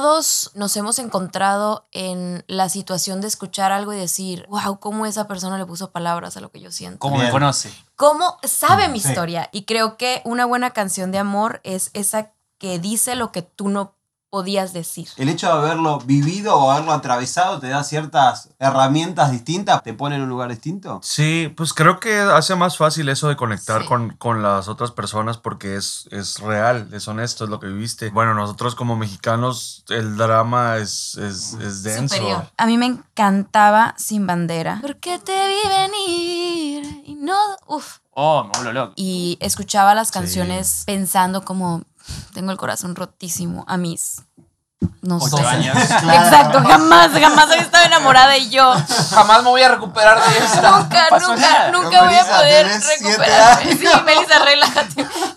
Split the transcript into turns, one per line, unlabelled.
todos nos hemos encontrado en la situación de escuchar algo y decir, wow, cómo esa persona le puso palabras a lo que yo siento.
¿Cómo me
Bien.
conoce?
¿Cómo sabe mi
Sí.
historia? Y creo que una buena canción de amor es esa que dice lo que tú no podías decir.
El hecho de haberlo vivido o haberlo atravesado te da ciertas herramientas distintas, te pone en un lugar distinto.
Sí, pues creo que hace más fácil eso de conectar
Sí.
con, con las otras personas porque es, es real, es honesto, es lo que viviste. Bueno, nosotros como mexicanos el drama es, es, es denso.
Superior. A mí me encantaba Sin Bandera. Porque te vi venir y no... Uf.
Oh, me vuelvo loco.
Y escuchaba las canciones pensando como, tengo el corazón rotísimo a mis... No
Ocho
sé.
años.
Exacto, jamás, jamás había estado enamorada y yo.
Jamás me voy a recuperar de esto.
Nunca,
Pasó
nunca,
nada.
nunca voy a
Melissa,
poder
tenés siete
recuperarme. Sí, Melissa, relájate.